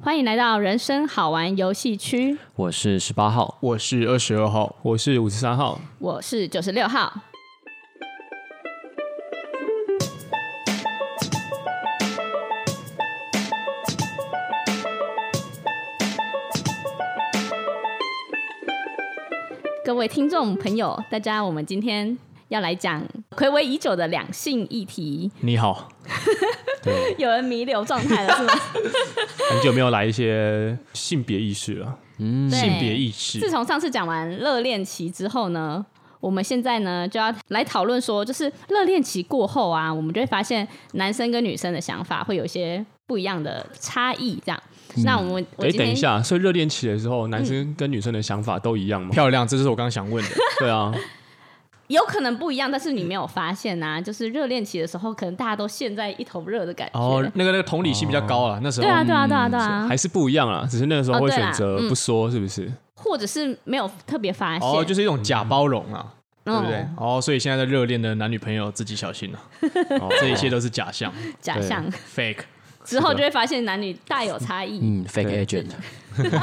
欢迎来到人生好玩游戏区，我是十八号，我是二十二号，我是五十三号。我是九十六号。各位听众朋友，大家，我们今天要来讲暌违已久的两性议题。你 好，对，有人弥留状态了是吗？很久没有来一些性别意识了，嗯，对性别意哎自识。从上次讲完热恋期之后呢，我们现在呢就要来讨论说，就是热恋期过后啊，我们就会发现男生跟女生的想法会有一些不一样的差异。这样，那我们我哎，今等天一嗯下，所以热恋期的时候，男生跟女生的想法都一样吗？漂亮，这是我刚刚想问的。 对啊，有可能不一样，但是你没有发现啊，就是热恋期的时候，可能大家都陷在一头热的感觉。哦，那个那个同理心比较高了，那时候对啊，对啊，对啊，对啊，嗯还是不一样啦，只是那个时候哦会对啦选择嗯不说，是不是？或者是没有特别发现，哦，就是一种假包容啊，嗯对不对？哦，所以现在在热恋的男女朋友自己小心了，啊哦这一切都是假象假对象， ，fake。之后就会发现男女大有差异，嗯，fake 对 agent，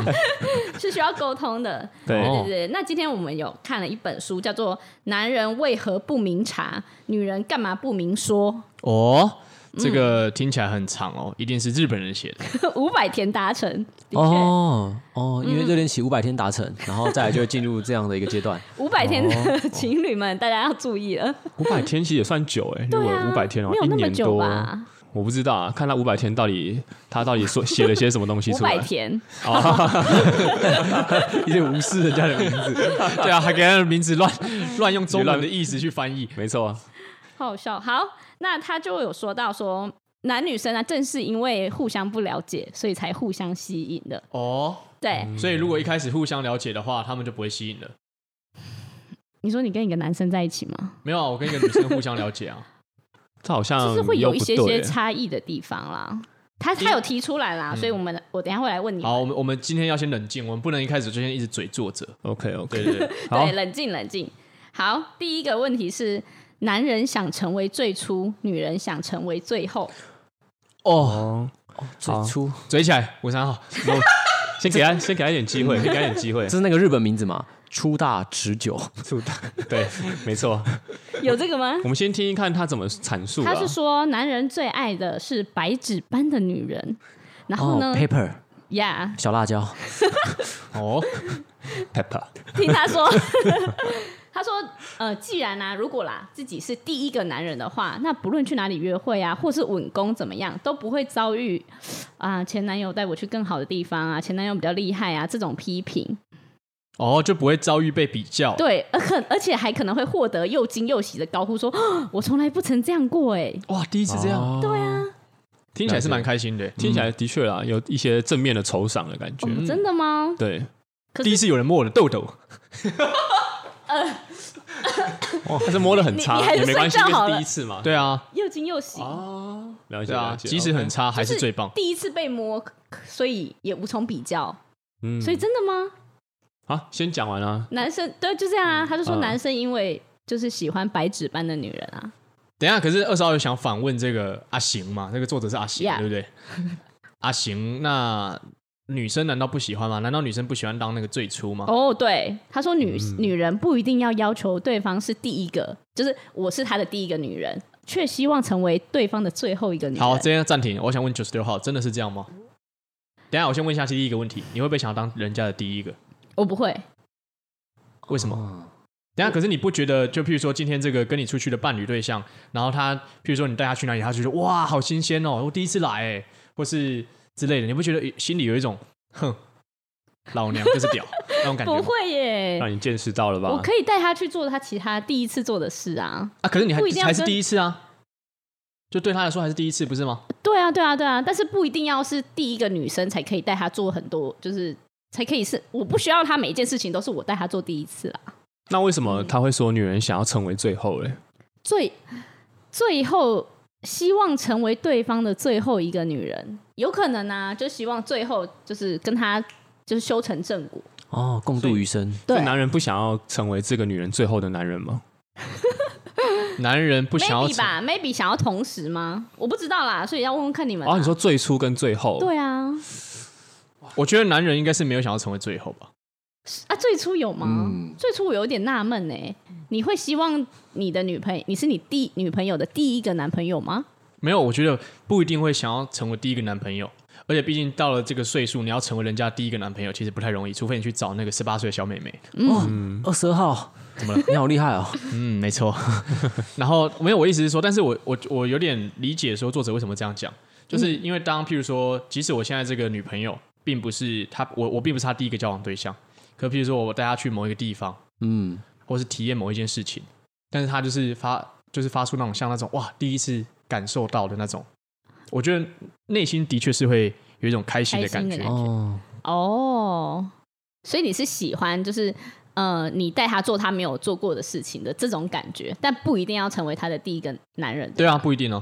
是需要沟通的。对对哦对对，那今天我们有看了一本书，叫做《男人为何不明察，女人干嘛不明说 哦，这个嗯听起来很长哦，一定是日本人写的。》，五百天达成，的确，哦哦，嗯因为热恋期五百天达成，然后再来就会进入这样的一个阶段，五百天的情侣们，大家要注意了。 五百天其实也算久哎，如对果啊，哦五百天哦没，有一那么年久多，吧？我不知道啊，看他五百天到底他到底说写了些什么东西五出百来。 天，有点无视人家的名 字，对啊，还给人家的名字乱乱用中文的意思去翻译。没错啊，好好笑。好，那他就有说到说，男女生啊，正是因为互相不了解，所以才互相吸引的。哦，对，嗯所以如果一开始互相了解的话，他们就不会吸引了。你说你跟一个男生在一起吗？没有啊，我跟一个女生互相了解啊，这好像就是会有又一嗯不些对些欸差异的地方啦。他他有提出来啦，所嗯以我们我等一下会来问你。好，我们我们今天要先冷静，我们不能一开始就先一直嘴作者。 OK OK，对对对，好对，，冷静冷静。好，第一个问题是，男人想成为最初，女人想成为最 后。哦， 哦，最好初嘴起来，五三 号，先给他先给他一点机 会，先给他一点机会这。是那个日本名字嘛？初大持久，对，没错。有这个吗？我们先听听看他怎么阐述啊他。是说，男人最爱的是白纸般的女人。然后哦呢，paper 呀小辣 椒，哦， Pepper，听他说， 他说，呃，既然啊，如果啦，自己是第一个男人的话，那不论去哪里约会啊，或是稳工怎么样，都不会遭遇啊、前男友带我去更好的地方啊，前男友比较厉害啊这种批评。哦，就不会遭遇被比较。对，而可而且还可能会获得又惊又喜的高呼说，啊我从来不曾这样过哎。哇，第一次这样，哦对啊，听起来是蛮开心的。听起来的确嗯啦，有一些正面的酬赏的感觉。哦真的吗？ 对，可是第一次有人摸我的痘痘，但是摸的很差你你还是也没关系，因睡为觉好了是第一次嘛。对啊，又惊又喜，哦，了解对了啊，解。即使很 OK 差还就是最棒。第一次被摸，所以也无从比较。嗯，所以真的吗？好，先讲完啊。男生对，就这样啊。他就说嗯男生因为就是喜欢白纸般的女人啊，等一下，可是二十号有想反问这个阿行嘛？那个作者是阿行 Yeah 对 不对？阿行，那女生难道不喜欢吗？难道女生不喜欢当那个最初吗？哦，对，他说女、女人不一定要要求对方是第一个，就是我是他的第一个女人，却希望成为对方的最后一个女人。好，这边暂停。我想问九十六号，真的是这样吗？等一下，我先问一下第一个问题，你会不会想要当人家的第一个？我不会，为什么？等一下，可是你不觉得，就譬如说今天这个跟你出去的伴侣对象，然后他，譬如说你带他去哪里，他就觉得哇，好新鲜哦，我第一次来欸，或是之类的，你不觉得心里有一种哼，老娘就是屌那种感 觉不吗？会耶。让你见识到了我吧？可以带他去做他其他第一次做的事啊。啊，可是你还不一定要还是跟第一次啊，就对他来说还是第一次，不是吗？对啊，对啊，对啊，但是不一定要是第一个女生才可以带她做很多，就是才可以是，我不需要她每一件事情都是我带她做第一次啊啦。那为什么他会说女人想要成为最后嘞？最最后希望成为对方的最后一个女人，有可能啊，就希望最后就是跟她就是修成正果。哦，共度余生，对所以，男人不想要成为这个女人最后的男 人吗？男人不想要 maybe 吧，maybe 想要哦同时吗？我不知道啦，所以要问问看你们啊。哦，你说最初跟最后，对啊，我觉得男人应该是没有想要成为最后吧。啊，最初有吗？嗯最初我有点纳闷哎，你会希望你的女朋友，你是你第女朋友的第一个男朋友吗？没有，我觉得不一定会想要成为第一个男朋友，而且毕竟到了这个岁数，你要成为人家第一个男朋友其实不太容易，除非你去找那个十八岁的小妹妹。二十二号，嗯怎么了？你好厉害哦！嗯，没错。 然后没有，我意思是说，但是我我我有点理解说作者为什么这样讲，就是因为当譬如说，即使我现在这个女朋友并不是她，我我并不是她第一个交往对象，可譬如说我带她去某一个地方， 嗯，或是体验某一件事情，但是她就是发就是发出那种像那种哇第一次感受到的那种，我觉得内心的确是会有一种开心的感开觉心的感。觉哦，哦，所以你是喜欢就是呃，你带他做他没有做过的事情的这种感觉，但不一定要成为他的第一个男人。对啊，不一定哦。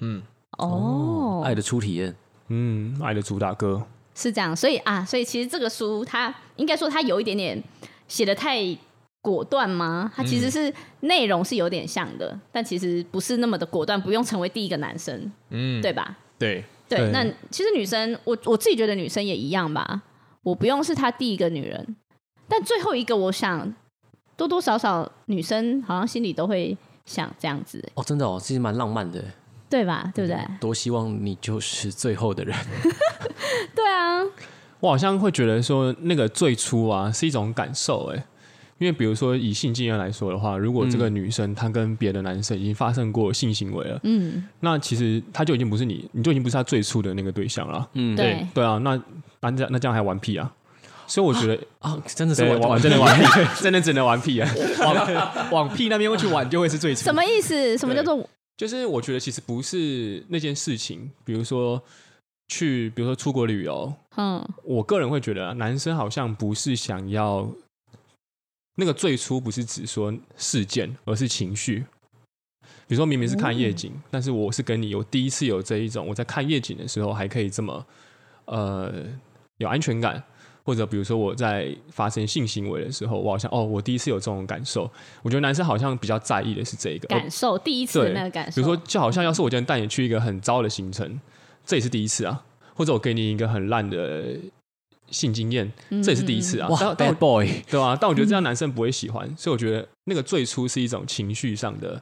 嗯，哦，爱的初体验，嗯，爱的主打歌，是这样，所以啊，所以其实这个书它应该说它有一点点写的太果断吗？它嗯其实是内容是有点像的，但其实不是那么的果断，不用成为第一个男生，嗯对吧？对，对，对那其实女生，我我自己觉得女生也一样吧，我不用是她第一个女人，但最后一个，我想多多少少女生好像心里都会想这样子、哦，真的哦，其实蛮浪漫的，对吧？对不对？嗯多希望你就是最后的人。对啊，我好像会觉得说那个最初啊是一种感受哎、因为比如说以性经验来说的话，如果这个女生她跟别的男生已经发生过性行为了，嗯，那其实她就已经不是你，你就已经不是她最初的那个对象了。嗯，对，对啊，那那这样那这样还玩屁啊？所以我觉得，啊， 真的是对，我玩真的 玩屁，真的只能玩屁啊！往往屁那边去玩就会是最初什么意思？什么叫做就是我觉得其实不是那件事情，比如说去，比如说出国旅游，嗯？我个人会觉得啊男生好像不是想要那个最初不是只说事件，而是情绪。比如说明明是看夜景，但是我是跟你有第一次有这一种，我在看夜景的时候还可以这么呃有安全感。或者比如说我在发生性行为的时候，我好像哦，我第一次有这种感受。我觉得男生好像比较在意的是这个，而感受，第一次对，的那个感受。比如说，就好像要是我今天带你去一个很糟的行程，这也是第一次啊；或者我给你一个很烂的性经验，嗯这也是第一次啊。哇但但，bad 我 boy，对啊，但我觉得这样男生不会喜欢，所以我觉得那个最初是一种情绪上的，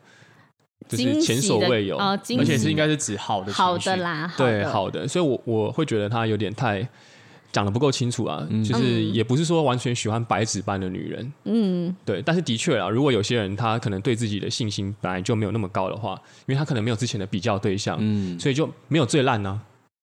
就惊是喜前所的未有，哦惊而喜且是应该是指啊好的好情的绪，啦，好对的，好的，所以我我会觉得他有点太。讲的不够清楚啊，就是嗯也不是说完全喜欢白纸般的女人，嗯，对，但是的确啊，如果有些人他可能对自己的信心本来就没有那么高的话，因为他可能没有之前的比较对象，嗯，所以就没有最烂呢、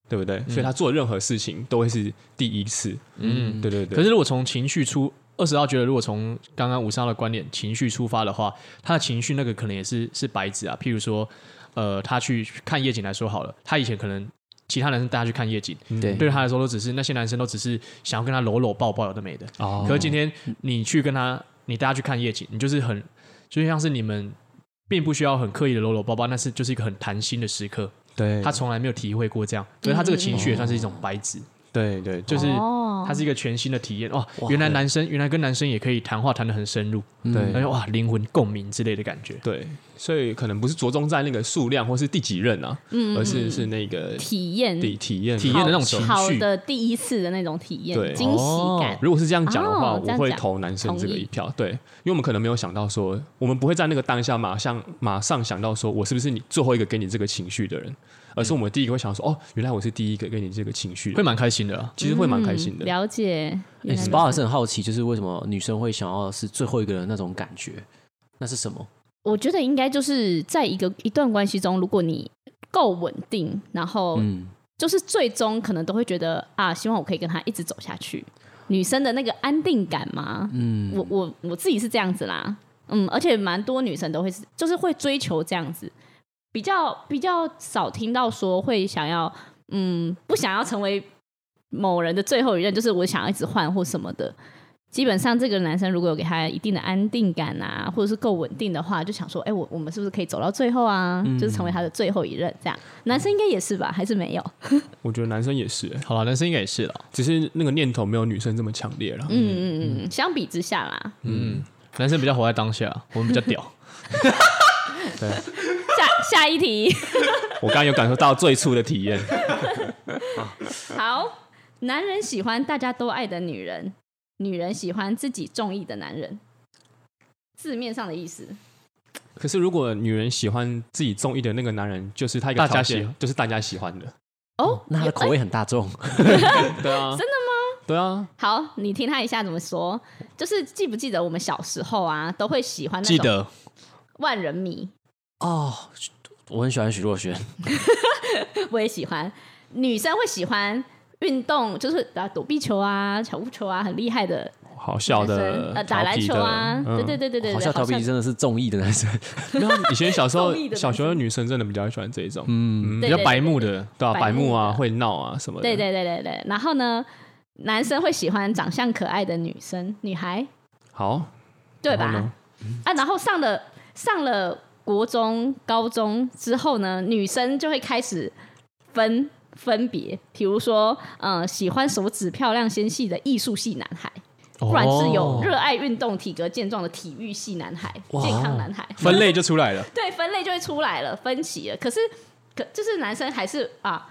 对不对？嗯所以他做任何事情都会是第一次。嗯，对对对。可是如果从情绪出，二十号觉得如果从刚刚五十号的观点情绪出发的话，他的情绪那个可能也是是白纸啊。譬如说，呃，他去看夜景来说好了，他以前可能其他男生带他去看夜景，对对他来说都只是那些男生都只是想要跟他搂搂抱抱有的美的。哦可是今天你去跟他，你带他去看夜景，你就是很就像是你们。并不需要很刻意的搂搂抱抱，那是就是一个很谈心的时刻，对他从来没有体会过这样，所以他这个情绪也算是一种白纸，对对，就就是哦它是一个全新的体验哦。哇原来对男生原来跟男生也可以谈话谈得很深入，嗯对而且哇灵魂共鸣之类的感觉。对，所以可能不是着重在那个数量或是第几任啊，而是是那个嗯体验体体验啊体验的那种情绪好的第一次的那种体验，对惊喜感。如果是这样讲的话，哦这样我会讲投男生这个同意一票。对，因为我们可能没有想到说，我们不会在那个当下马上马上想到说我是不是你最后一个给你这个情绪的人，而嗯是我们第一个会想说，哦，原来我是第一个给你这个情绪的会人，蛮开心的啊、其实会蛮开心嗯的。了解，哎原来如此，SPA 还是很好奇，就是为什么女生会想要是最后一个人那种感觉，那是什么？我觉得应该就是在一个一段关系中，如果你够稳定，然后嗯，就是最终可能都会觉得啊，希望我可以跟他一直走下去。女生的那个安定感嘛，嗯，我我我自己是这样子啦，嗯，而且蛮多女生都会是，就是会追求这样子，比较比较少听到说会想要，嗯，不想要成为某人的最后一任，就是我想要一直换或什么的。基本上，这个男生如果有给他一定的安定感啊，或者是够稳定的话，就想说，哎、我我们是不是可以走到最后啊？就是成为他的最后一任这样。男生应该也是吧？还是没有？我觉得男生也是，欸好了，男生应该也是了。只是那个念头没有女生这么强烈了。嗯嗯嗯，相比之下啦，嗯，男生比较活在当下，我们比较屌。下下一题，我刚刚有感受到最初的体验，好，男人喜欢大家都爱的女人，女人喜欢自己中意的男人。字面上的意思， 可是如果女人喜欢自己中意的那个男人，就是他一个大家条件喜，就是大家喜欢的，哦，那他有的口味很大众，对啊，真的吗？对啊，好，你听他一下怎么说，就是记不记得我们小时候啊，都会喜欢那记种得万人迷，哦，我很喜欢徐若瑄，我也喜欢。女生会喜欢运动，就是打躲避球啊、巧物球啊，很厉害的好笑男生的，呃，打篮球啊，调皮对的对，对对对，哦好像调皮真的是中意的男生，嗯没啊有以前小时候中意的男生小学的女生真的比较喜欢这一种，嗯，对比较白目的，对啊，白白目目啊，的会闹啊什么的，对对对对对。然后呢，男生会喜欢长相可爱的女生、女孩，好，对然后吧呢？啊，然后上了上了国中、高中之后呢，女生就会开始分分别，比如说，呃，喜欢手指漂亮纤细的艺术系男孩，哦不然是有热爱运动、体格健壮的体育系男孩、健康男孩，分类就出来了。 对，分类就会出来了，分歧了。可是，可就是男生还是啊。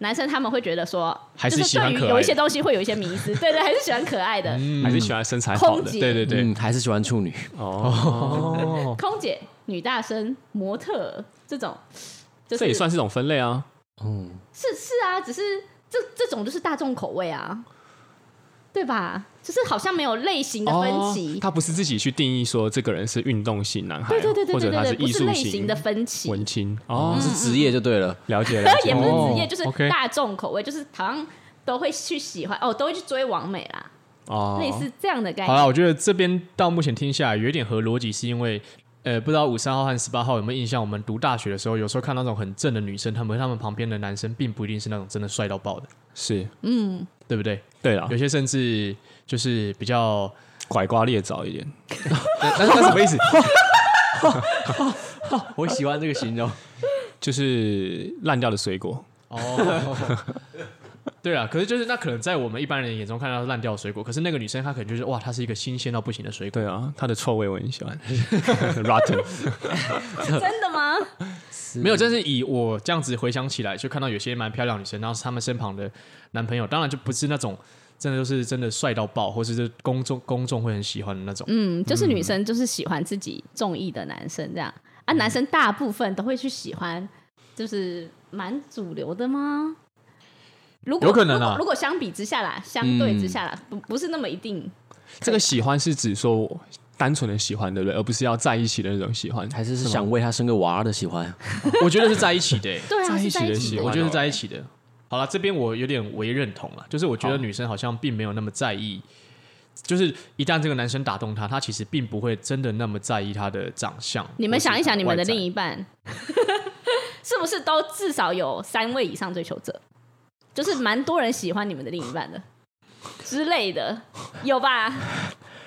男生他们会觉得说，还是就喜是欢对于可爱有一的嗯些东西会有一些迷思，对对，还是喜欢可爱的。还是喜欢身材好空的，姐对对对，嗯，还是喜欢处女，嗯哦，空姐、女大生、模特儿这种，就是这也算是一种分类啊，嗯，是是啊，只是这这种就是大众口味啊，对吧？就是好像没有类型的分哦歧，他不是自己去定义说这个人是运动型男孩，啊对对对对或对者他对对，不艺是术类型的分嗯歧， 文青哦，是职业就对了，了解了解也不是职业，哦就是 OK 大众口味，就是好像都会去喜欢哦，都会去追完美啦，哦，类似这样的概好了，念。我觉得这边到目前听下来有一点合逻辑，是因为呃，不知道五三号和十八号有没有印象？我们读大学的时候，有时候看到那种很正的女生，她们她们旁边的男生并不一定是那种真的帅到爆的，是，对不对？对了啊有，些甚至就是比较拐瓜裂枣一点，那那什么意思？我喜欢这个形容， 就是烂掉的水果，哦，对啊，可是就是那可能在我们一般人眼中看到是烂掉的水果，可是那个女生她可能就是哇，她是一个新鲜到不行的水果。对啊，它的臭味我很喜欢 ，rotten，真的吗？没有，但是以我这样子回想起来，就看到有些蛮漂亮的女生，然后是她们身旁的男朋友，当然就不是那种真的就是真的帅到爆，或是就是公众公众会很喜欢的那种。嗯，就是女生就是喜欢自己中意的男生这样啊，男生大部分都会去喜欢，就是蛮主流的吗？如果有可能啊如果如果相比之下啦，相对之下啦，不不是那么一定。这个喜欢是指说我单纯的喜欢，对不对？而不是要在一起的那种喜欢，还是是想为他生个娃的喜 欢，我觉得是在一起的、欸 对啊，在一是起在一的起喜的欢我觉得是在一起的。好了，这边我有点为认同了，就是我觉得好女生好像并没有那么在意，就是一旦这个男生打动她，她其实并不会真的那么在意他的长相。你们想一想，你们的另一一半 是不是都至少有三位以上追求者？就是蛮多人喜欢你们的另一半的之类的，有吧？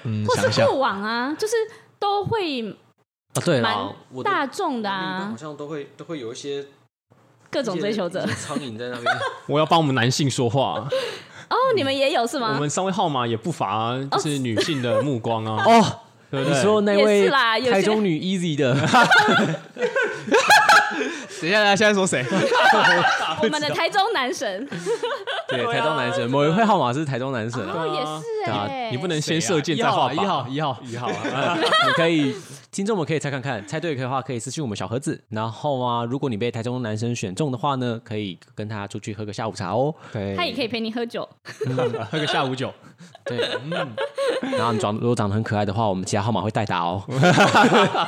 嗯，或想一是下，过往啊，就是都会啊，对蛮了，我的大众的另一半啊好，像都会都会有一些各种追求者一。些苍蝇在那边，我要帮我们男性说话，啊哦，你们也有是我吗？们三位号码也不乏啊就是女性的目光啊， 哦，对不你对？说那也位是啦有些台中女 Easy 的，等一下，现在 说谁？我们的 台中男神， 对，啊台中男神，某一位号码是台中男神，哦，也是对啊哎，啊你不能先射 箭再画靶，一号，一号，一号啊，你可以，听众们可以猜看看，猜对的话可以私信我们小盒子。然后啊，如果你被台中男生选中的话呢，可以跟他出去喝个下午茶哦。对他也可以陪你喝酒， 喝个下午酒。对，嗯。然后你长如果长得很可爱的话，我们其他号码会代打哦。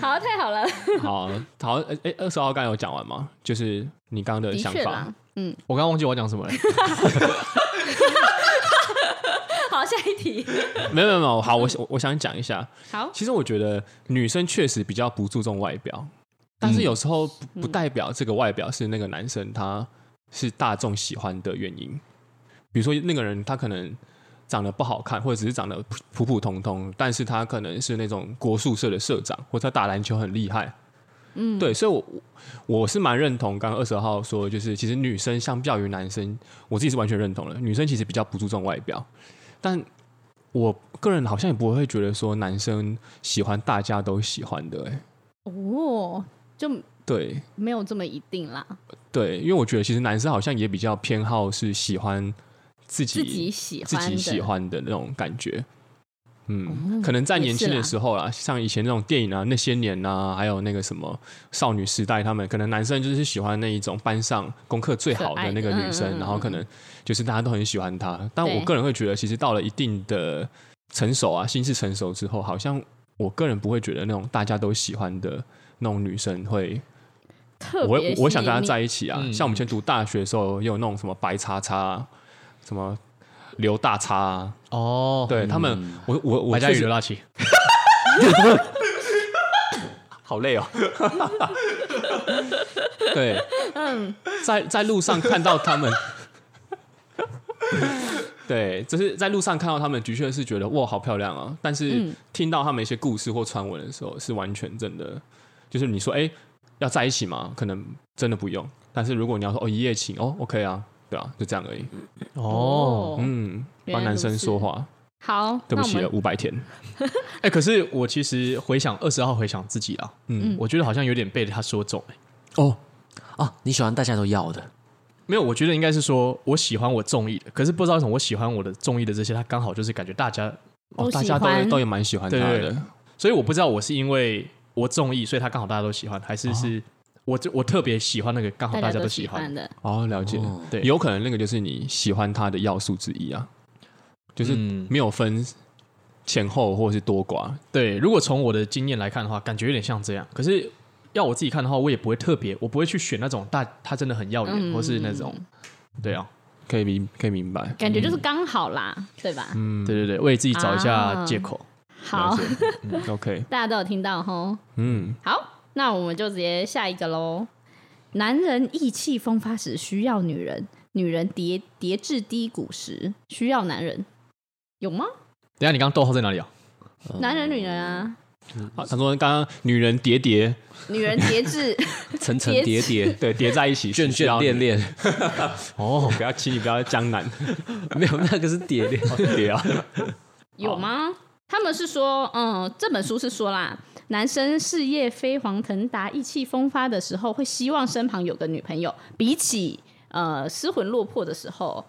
好，太好了，好好，哎、诶二十号刚才有讲完吗？就是你刚刚的的想确法啦，，嗯，我刚刚忘记我要讲什么了。好，下一题，没有没有没有，好，我我我想讲一下，好，其实我觉得女生确实比较不注重外表，但是有时候不不代表这个外表是那个男生他是大众喜欢的原因。比如说那个人他可能长得不好看，或者只是长得普普普通通，但是他可能是那种国术社的社长，或者他打篮球很厉害。嗯，对，所以我，我是蛮认同刚刚二十号说，就是其实女生相较于男生，我自己是完全认同的。女生其实比较不注重外表，但我个人好像也不会觉得说男生喜欢大家都喜欢的、欸，哦，就对没有这么一定啦，对，因为我觉得其实男生好像也比较偏好是喜欢自己自己喜自欢的哦己喜欢的那种感觉。嗯，可能在也年是轻的啦时候啦，像以前那种电影啊，那些年啊，还有那个什么少女时代，他们可能男生就是喜欢那一种班上功课最好可爱的那个的女生，嗯嗯嗯然后可能就是大家都很喜欢她。但我对个人会觉得，其实到了一定的成熟啊，心智成熟之后，好像我个人不会觉得那种大家都喜欢的那种女生会特我别我我想跟他吸引在一起啊。嗯像我们以前读大学的时候，也有那种什么白叉叉啊，什么刘大叉啊，哦，对他们，我我我白嘉确宇实刘大奇，好 累哦。对，嗯在在路上看到他们，对，就是在路上看到他们，的确是觉得哇，好漂亮啊！但是嗯听到他们一些故事或传闻的时候，是完全真的，就是你说哎、要在一起吗？可能真的不用。但是如果你要说哦一夜情哦，OK 啊，对啊，就这样而已。哦，哦，嗯，嗯原帮来男如生此说话，好，对那不起我了，们五百天。哎、可是我其实回想二十号，回想自己啊，嗯嗯，我觉得好像有点被他说中、哎，哦，啊，你喜欢大家都要的，没有，我觉得应该是说我喜欢我中意的，可是不知道为什么我喜欢我的中意的这些，他刚好就是感觉大家，哦，都大喜家欢都都也蛮喜欢他对对的对。所以我不知道我是因为我中意，所以他刚好大家都喜欢，还是是我就我特别喜欢那个刚好大大家家都喜喜欢，的，哦，了解，哦对有可能那个就是你喜欢他的要素之一啊，就是嗯没有分前后或是多寡，对，如果从我的经验来看的话，感觉有点像这样。可是要我自己看的话，我也不会特别，我不会去选那种大他真的很耀眼，嗯或是那种，对啊，可以明可以明白。感觉就是刚好啦，对吧？对对对，为自己找一下啊借口。好，嗯 OK，大家都有听到吼。嗯，好，那我们就直接下一个喽。男人意气风发时需要女人，女人跌跌至低谷时需要男人，有吗？等一下你刚刚逗号在哪里啊？男人、女人啊，啊他说刚刚女人叠叠，女人跌至层层叠叠、对，叠在一 起，眷需要眷你恋， 恋，哦，不要亲，你不要江南没有那个是叠恋，叠啊，有吗？他们是说，嗯，这本书是说啦，男生事业飞黄腾达、意气风发的时候，会希望身旁有个女朋友，比起呃失魂落魄的时候，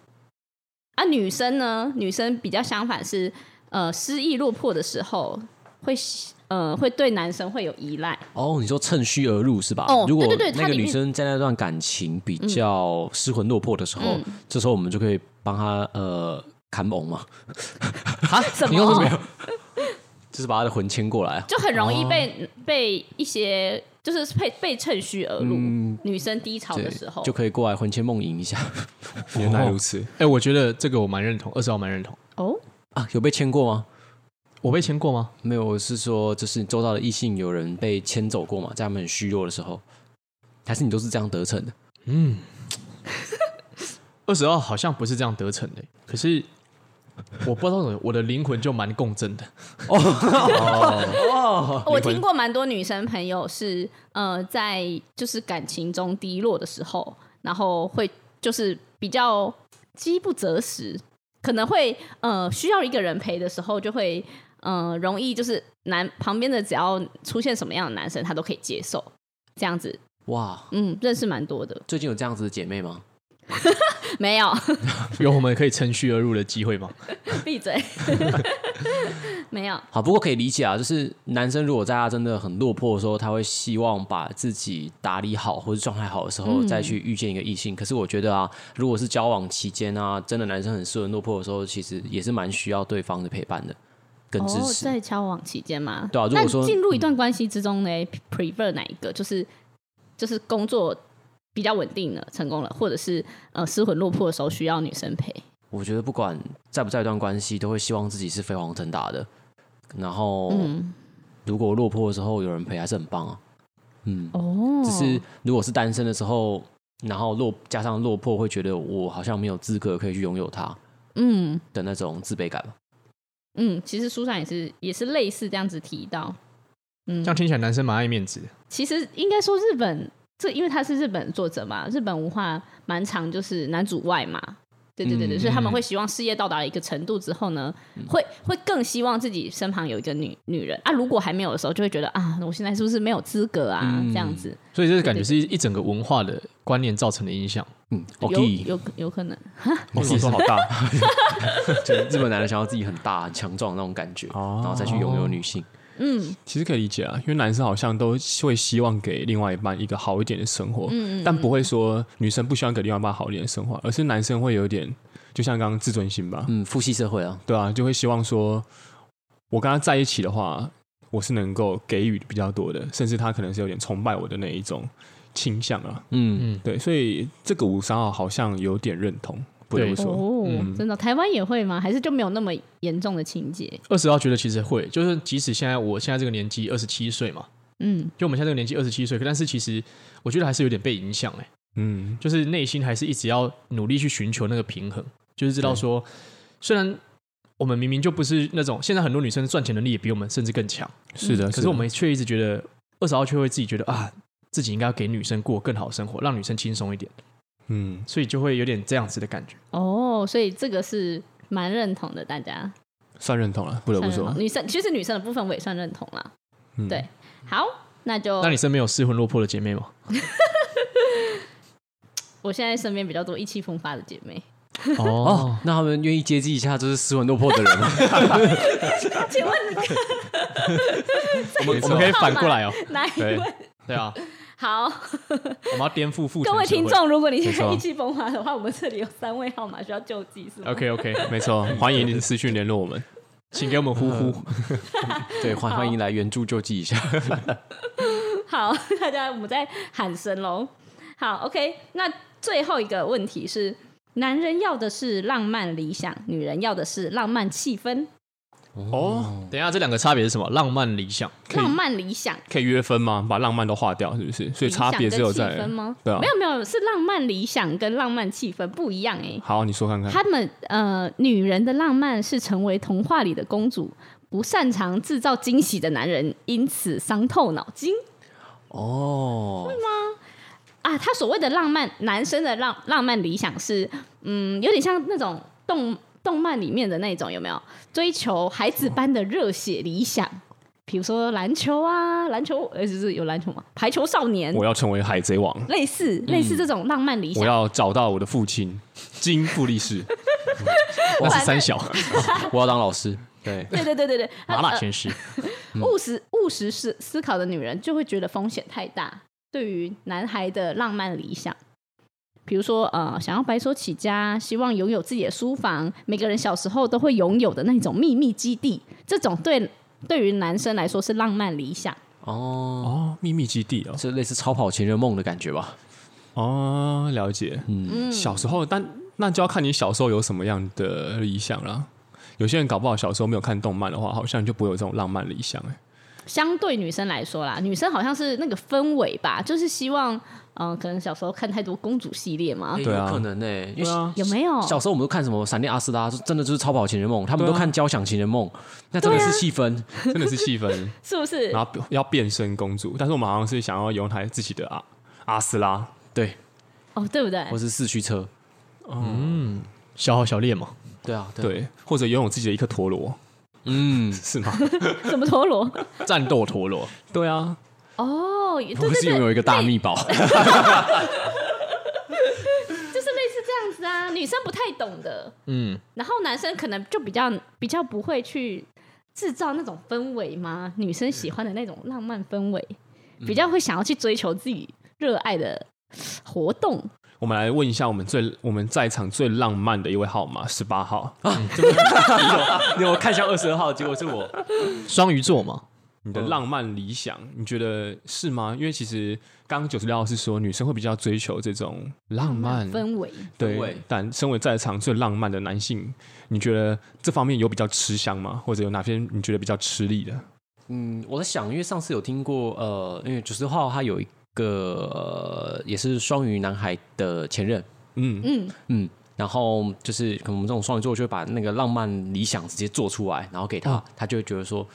啊，女生呢，女生比较相反是，呃，失意落魄的时候，会喜呃会对男生会有依赖，哦，你说趁虚而入是吧？哦如果对对对那它个里女面嗯生在那段感情比较失魂落魄的时候，这时候我们就可以帮她呃砍翁嘛，啊，么你刚刚说什么？就是把她的魂牵过来啊。就很容易被、哦被一些就是被被趁虚而入，女生低潮的嗯对时候，就可以过来魂牵梦萦一下 原来如此，哎、我觉得这个我蛮认同，二十号蛮认同。哦，啊！有被牵过吗？我被牵过吗？没有，我是说，就是你周遭的异性有人被牵走过嘛，在他们很虚弱的时候，还是你都是这样得逞的？二十二好像不是这样得逞的、可是我不知道怎么，我的灵魂就蛮共振的。哦我听过蛮多女生朋友是呃，在就是感情中低落的时候，然后会就是比较饥不择食，可能会呃需要一个人陪的时候，就会呃容易就是男旁边的只要出现什么样的男生，他都可以接受。这样子，哇，嗯，认识蛮多的，最近有这样子的姐妹吗？没有 有我们可以趁虚而入的机会吗？闭 嘴，没有，好，不过可以理解啊，就是男生如果在他真的很落魄的时候，他会希望把自己打理好或者状态好的时候，嗯再去遇见一个异性。可是我觉得啊，如果是交往期间啊，真的男生很失魂落魄的时候，其实也是蛮需要对方的陪伴的，跟支哦，持。在交往期间嘛，对啊如果那说进入一段关系之中呢、p r e f e r 哪一个？就是就是工作比较稳定了，成功了，或者是呃失魂落魄的时候需要女生陪。我觉得不管在不在一段关系，都会希望自己是飞黄腾达的。然后，嗯，如果落魄的时候有人陪，还是很棒啊。嗯，哦，只是如果是单身的时候，然后落加上落魄，会觉得我好像没有资格可以去拥有它嗯的那种自卑感吧。嗯，其实书上也是也是类似这样子提到，嗯这样，听起来男生蛮爱面子的。其实应该说日本这，因为他是日本作者嘛，日本文化蛮长，就是男主外嘛，对对对对，嗯所以他们会希望事业到达一个程度之后呢，会会更希望自己身旁有一个女女人啊。如果还没有的时候，就会觉得啊，我现在是不是没有资格啊？这样子，所以这感觉是一一整个文化的观念造成的影响。嗯有，OK，有有可能。为哦什么说好大？ 就是日本男人想要自己很大、很强壮的那种感觉，哦然后再去拥有女性。嗯，其实可以理解啊，因为男生好像都会希望给另外一半一个好一点的生活，嗯但不会说女生不希望给另外一半好一点的生活，而是男生会有点，就像刚刚自尊心吧，嗯，父系社会啊，对啊，就会希望说，我跟他在一起的话，我是能够给予比较多的，甚至他可能是有点崇拜我的那一种倾向啊，嗯，嗯，对，所以这个五三号好像有点认同，不得对不说，哦，嗯真的，台湾也会吗？还是就没有那么严重的情节？二十号觉得其实会，就是即使现在我现在这个年纪二十七岁嘛，嗯，就我们现在这个年纪二十七岁，可但是其实我觉得还是有点被影响哎、嗯，就是内心还是一直要努力去寻求那个平衡，就是知道说，虽然我们明明就不是那种，现在很多女生赚钱能力也比我们甚至更强，是嗯的，可是我们却一直觉得二十号却会自己觉得啊，自己应该要给女生过更好的生活，让女生轻松一点，嗯，所以就会有点这样子的感觉。哦，所以这个是蛮认同的，大家算认同了，不得算不认说同，女生其实女生的部分我也算认同啦。嗯对好，那就那你身边有失魂落魄的姐妹吗？我现在身边比较多意气风发的姐妹， 哦，那他们愿意接济一下就是失魂落魄的 人吗？ 请问 我没们我错们可以反过来哦，哪一对位？对啊，好，我们要颠覆父权各位社听会。众，如果你现在没错意气风发的话，我们这里有三位号码需要救济，是吗 OK OK，没错，欢迎您私讯联络我们。嗯请给我们呼呼。对，欢欢迎来援助救济一下。 好， 大家我们再喊声喽。好，OK，那最后一个问题是：男人要的是浪漫理想，女人要的是浪漫气氛。 哦，等一下，这两个差别是什么？浪漫 理想可以浪漫理想，可以约分吗？把浪漫都划掉，是不是？所以差别只有理在想跟气氛吗？对啊没。有没有，是浪漫理想跟浪漫气氛不一样哎、好，你说看看。他们呃，女人的浪漫是成为童话里的公主，不擅长制造惊喜的男人，因此伤透脑筋哦，啊。他所谓的浪漫，男生的浪浪漫理想是，嗯，有点像那种动动漫里面的那种，有没有？追求孩子般的热血理想，比如说篮球啊，篮球呃，就是有篮球吗？排球少年，我要成为海贼王，类似类似这种浪漫理想我。要找到我的父亲金富力 士。那是三小我要当老师。对，对对对对呃对，麻辣鲜师，务嗯实务实思思考的女人就会觉得风险太大，对于男孩的浪漫理想，比如说呃，想要白手起家，希望拥有自己的书房，每个人小时候都会拥有的那种秘密基地，这种对对于男生来说是浪漫理想。哦，哦，秘密基地哦。这类似超跑情人梦的感觉吧？哦，了解。嗯，小时候，但那就要看你小时候有什么样的理想啦。有些人搞不好小时候没有看动漫的话，好像就不会有这种浪漫理想哎。相对女生来说啦，女生好像是那个氛围吧，就是希望嗯、呃可能小时候看太多公主系列嘛，诶对啊有可能呢，因对为啊，有没有？哎小时候我们都看什么闪电阿斯拉，就真的就是超跑情人梦，他们都对啊看交响情人梦，那真的是气氛。真的是气氛。是不是？然后要变身公主，但是我们好像是想要有一台自己的阿阿斯拉。对，哦，对不对？或是四驱车。小好小烈嘛。对啊，啊，对，或者拥有自己的一颗陀螺，嗯， 是吗？什么陀螺？战斗陀螺， 对啊，哦，对不对是对拥，有一个大密宝。就是类似这样子啊，女生不太懂的，嗯，然后男生可能就比较比较不会去制造那种氛围嘛，女生喜欢的那种浪漫氛围，嗯比较会想要去追求自己热爱的活动。我们来问一下我们最我们在场最浪漫的一位号码十八号， 你我看向二十二号，结果是我。双鱼座嘛，你嗯的浪漫理想，你觉得是吗？因为其实刚刚九十六号是说女生会比较追求这种浪漫，氛围，氛对围。但身为在场最浪漫的男性，你觉得这方面有比较吃香吗？或者有哪些你觉得比较吃力的？ 嗯，我在想，因为上次有听过，呃，因为九十号他有一个、呃、也是双鱼男孩的前任，嗯，嗯，嗯，然后就是嗯可能我们这种双鱼座就会把那个浪漫理想直接做出来，然后给他，他就会觉得说。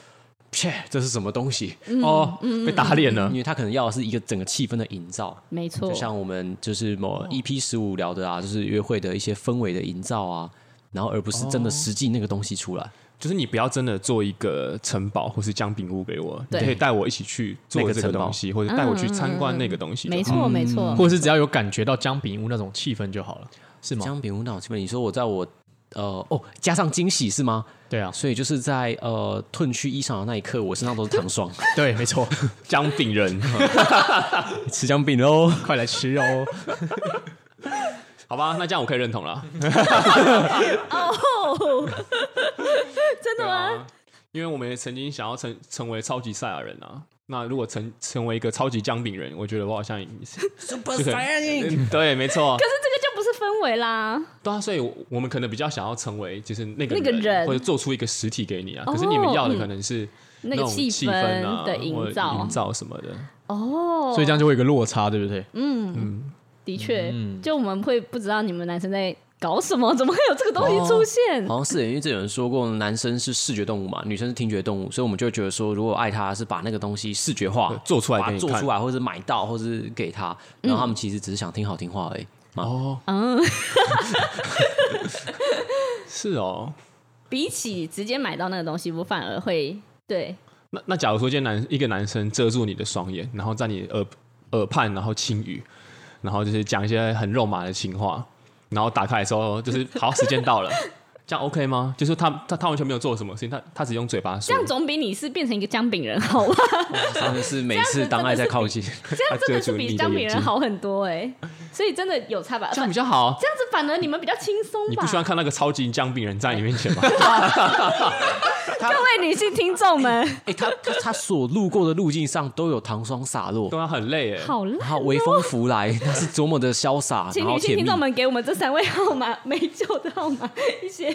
切，这是什么东西？哦，嗯被打脸了因。为他可能要的是一个整个气氛的营造，没错就，像我们就是某 EP 十五聊的啊，就是约会的一些氛围的营造啊，然后而不是真的实际那个东西出来，就是你不要真的做一个城堡或是姜饼屋给我，你对可以带我一起去那做个这城个堡嗯东西，或者带我去参观那个东西就好。没错，没错，嗯或者是只要有感觉到姜饼屋那种气氛就好了，是吗？姜饼屋那种气氛。你说我在我呃哦加上惊喜是吗？对啊，所以就是在呃褪去衣裳的那一刻，我身上都是糖 霜，对，没错，姜 饼人，吃姜饼喽。快来吃哦！好吧，那这样我可以认同了。哦， 真的对吗？啊，因为我们也曾经想要成成为超级赛亚人啊。那如果成成为一个超级姜饼人，我觉得我好像也是 Super 就可 Saiyan，嗯 对，没错可，是这个就不是氛围啦，对啊，所以我我们可能比较想要成为就是那个那个人或者做出一个实体给你啊。哦可是你们要的可能是那个种气气啊的或者营造营，造什么的。哦，所以这样就会有一个落差，对不对？的确，嗯就我们会不知道你们男生在搞什么，怎么会有这个东哦西出现？好像是耶，因为这有人说过，男生是视觉动物嘛，女生是听觉动物，所以我们就会觉得说，如果爱他是把那个东西视觉化哦对做出来把给它你做看出来，或者买到，或者是给他，然后他们其实只是想听好听话而已。哦，嗯， 是哦。比起直接买到那个东西，我反而会对那那假如说，今天男一个男生遮住你的双眼，然后在你耳耳畔，然后轻语，然后就是讲一些很肉麻的情话，然后打开的时候就是好，时间到了，这样 OK 吗？就是他他他完全没有做什么事情，他他只用嘴巴这说，样总比你是变成一个姜饼人好吧？真的是每次当爱在靠近，这样真的是遮住比你的姜饼眼人睛好很多哎、所以真的有差吧？这这样样比较好。啊子反而你们比较轻松你吧不？喜欢看那个超级姜饼人在你面前 吗？各位女性听众们， 哎、他他他所路过的路径上都有糖霜洒落，对啊，很累哎。好了。然后微风拂来，那是多么的潇洒，请然女后性甜听蜜众。们给我们这三位号码没救的号码一 些，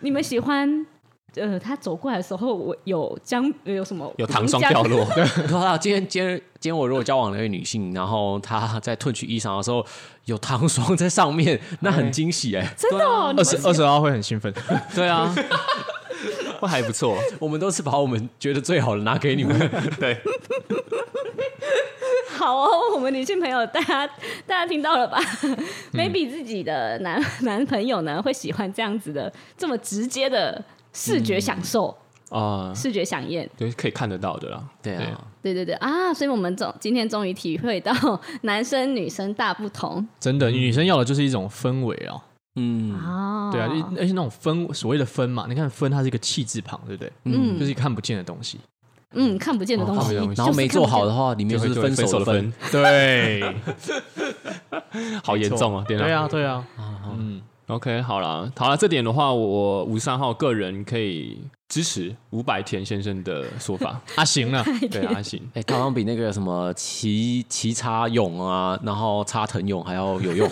你们喜欢？呃，他走过来的时候，我有姜，呃有什么有糖霜姜掉落，你说啊，今天今天今天我如果交往了一个女性，然后她在褪去衣裳的时候有糖霜在上面，那很惊喜哎、真的哦，你二们十二十号会很兴奋， 对啊，会还不错。我们都是把我们觉得最好的拿给你们。 对，好哦，我们女性朋友，大家大家听到了吧？maybe 自己的男男朋友呢，会喜欢这样子的这么直接的视觉享受、啊，视觉享宴。对，可以看得到的啦。对对啊，对对对啊，所以我们总今天终于体会到男生女生大不同真的，女生要的就是一种氛围啊，嗯，哦。对啊，一而且那种氛所谓的氛嘛，你看氛它是一个气字旁，对不对？嗯就是一个看不见的东西。嗯，看不见的东西，哦看不见的东然后没做好的的话，里面就就会是就会分分手手的的分分。，对，好严重啊！天对啊，对啊， OK，好了，好了，这点的话，我五三号个人可以支持伍百田先生的说法。啊行了，对啊，行，哎、他好像比那个什么齐齐插勇啊，然后插藤勇还要有用。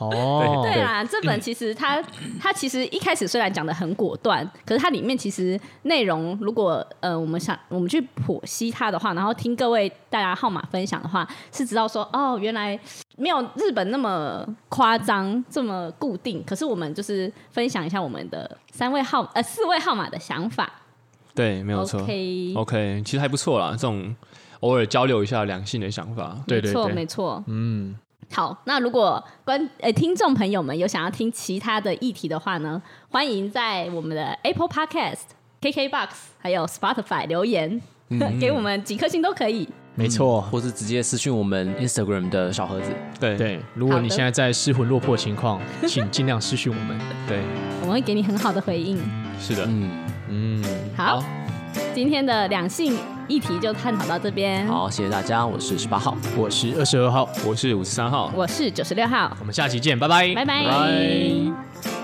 哦，对啦，这嗯本其实它它其实一开始虽然讲的很果断，可是它里面其实内容，如果呃我们想我们去剖析它的话，然后听各位大家号码分享的话，是知道说哦，原来没有日本那么夸张，这么固定。可是我们就是分享一下我们的三位号呃四位号码的想法。对，没有错。 OK， OK，其实还不错啦，这种偶尔交流一下两性的想法。对没对错对没错。嗯，好，那如果观呃听众朋友们有想要听其他的议题的话呢，欢迎在我们的 Apple Podcast、KKBox 还有 Spotify 留言，嗯 给我们几颗星都可以。没错，或是直接私讯我们 Instagram 的小盒子。对对。如果你好的现在在失魂落魄的情况，请尽量私讯我们。对，我们会给你很好的回应。是的。嗯，嗯，好，今天的两性议题就探讨到这边。好，谢谢大家，我是十八号。我是二十二号，我是五十三号，我是九十六号，我们下期见，拜拜，拜拜。拜。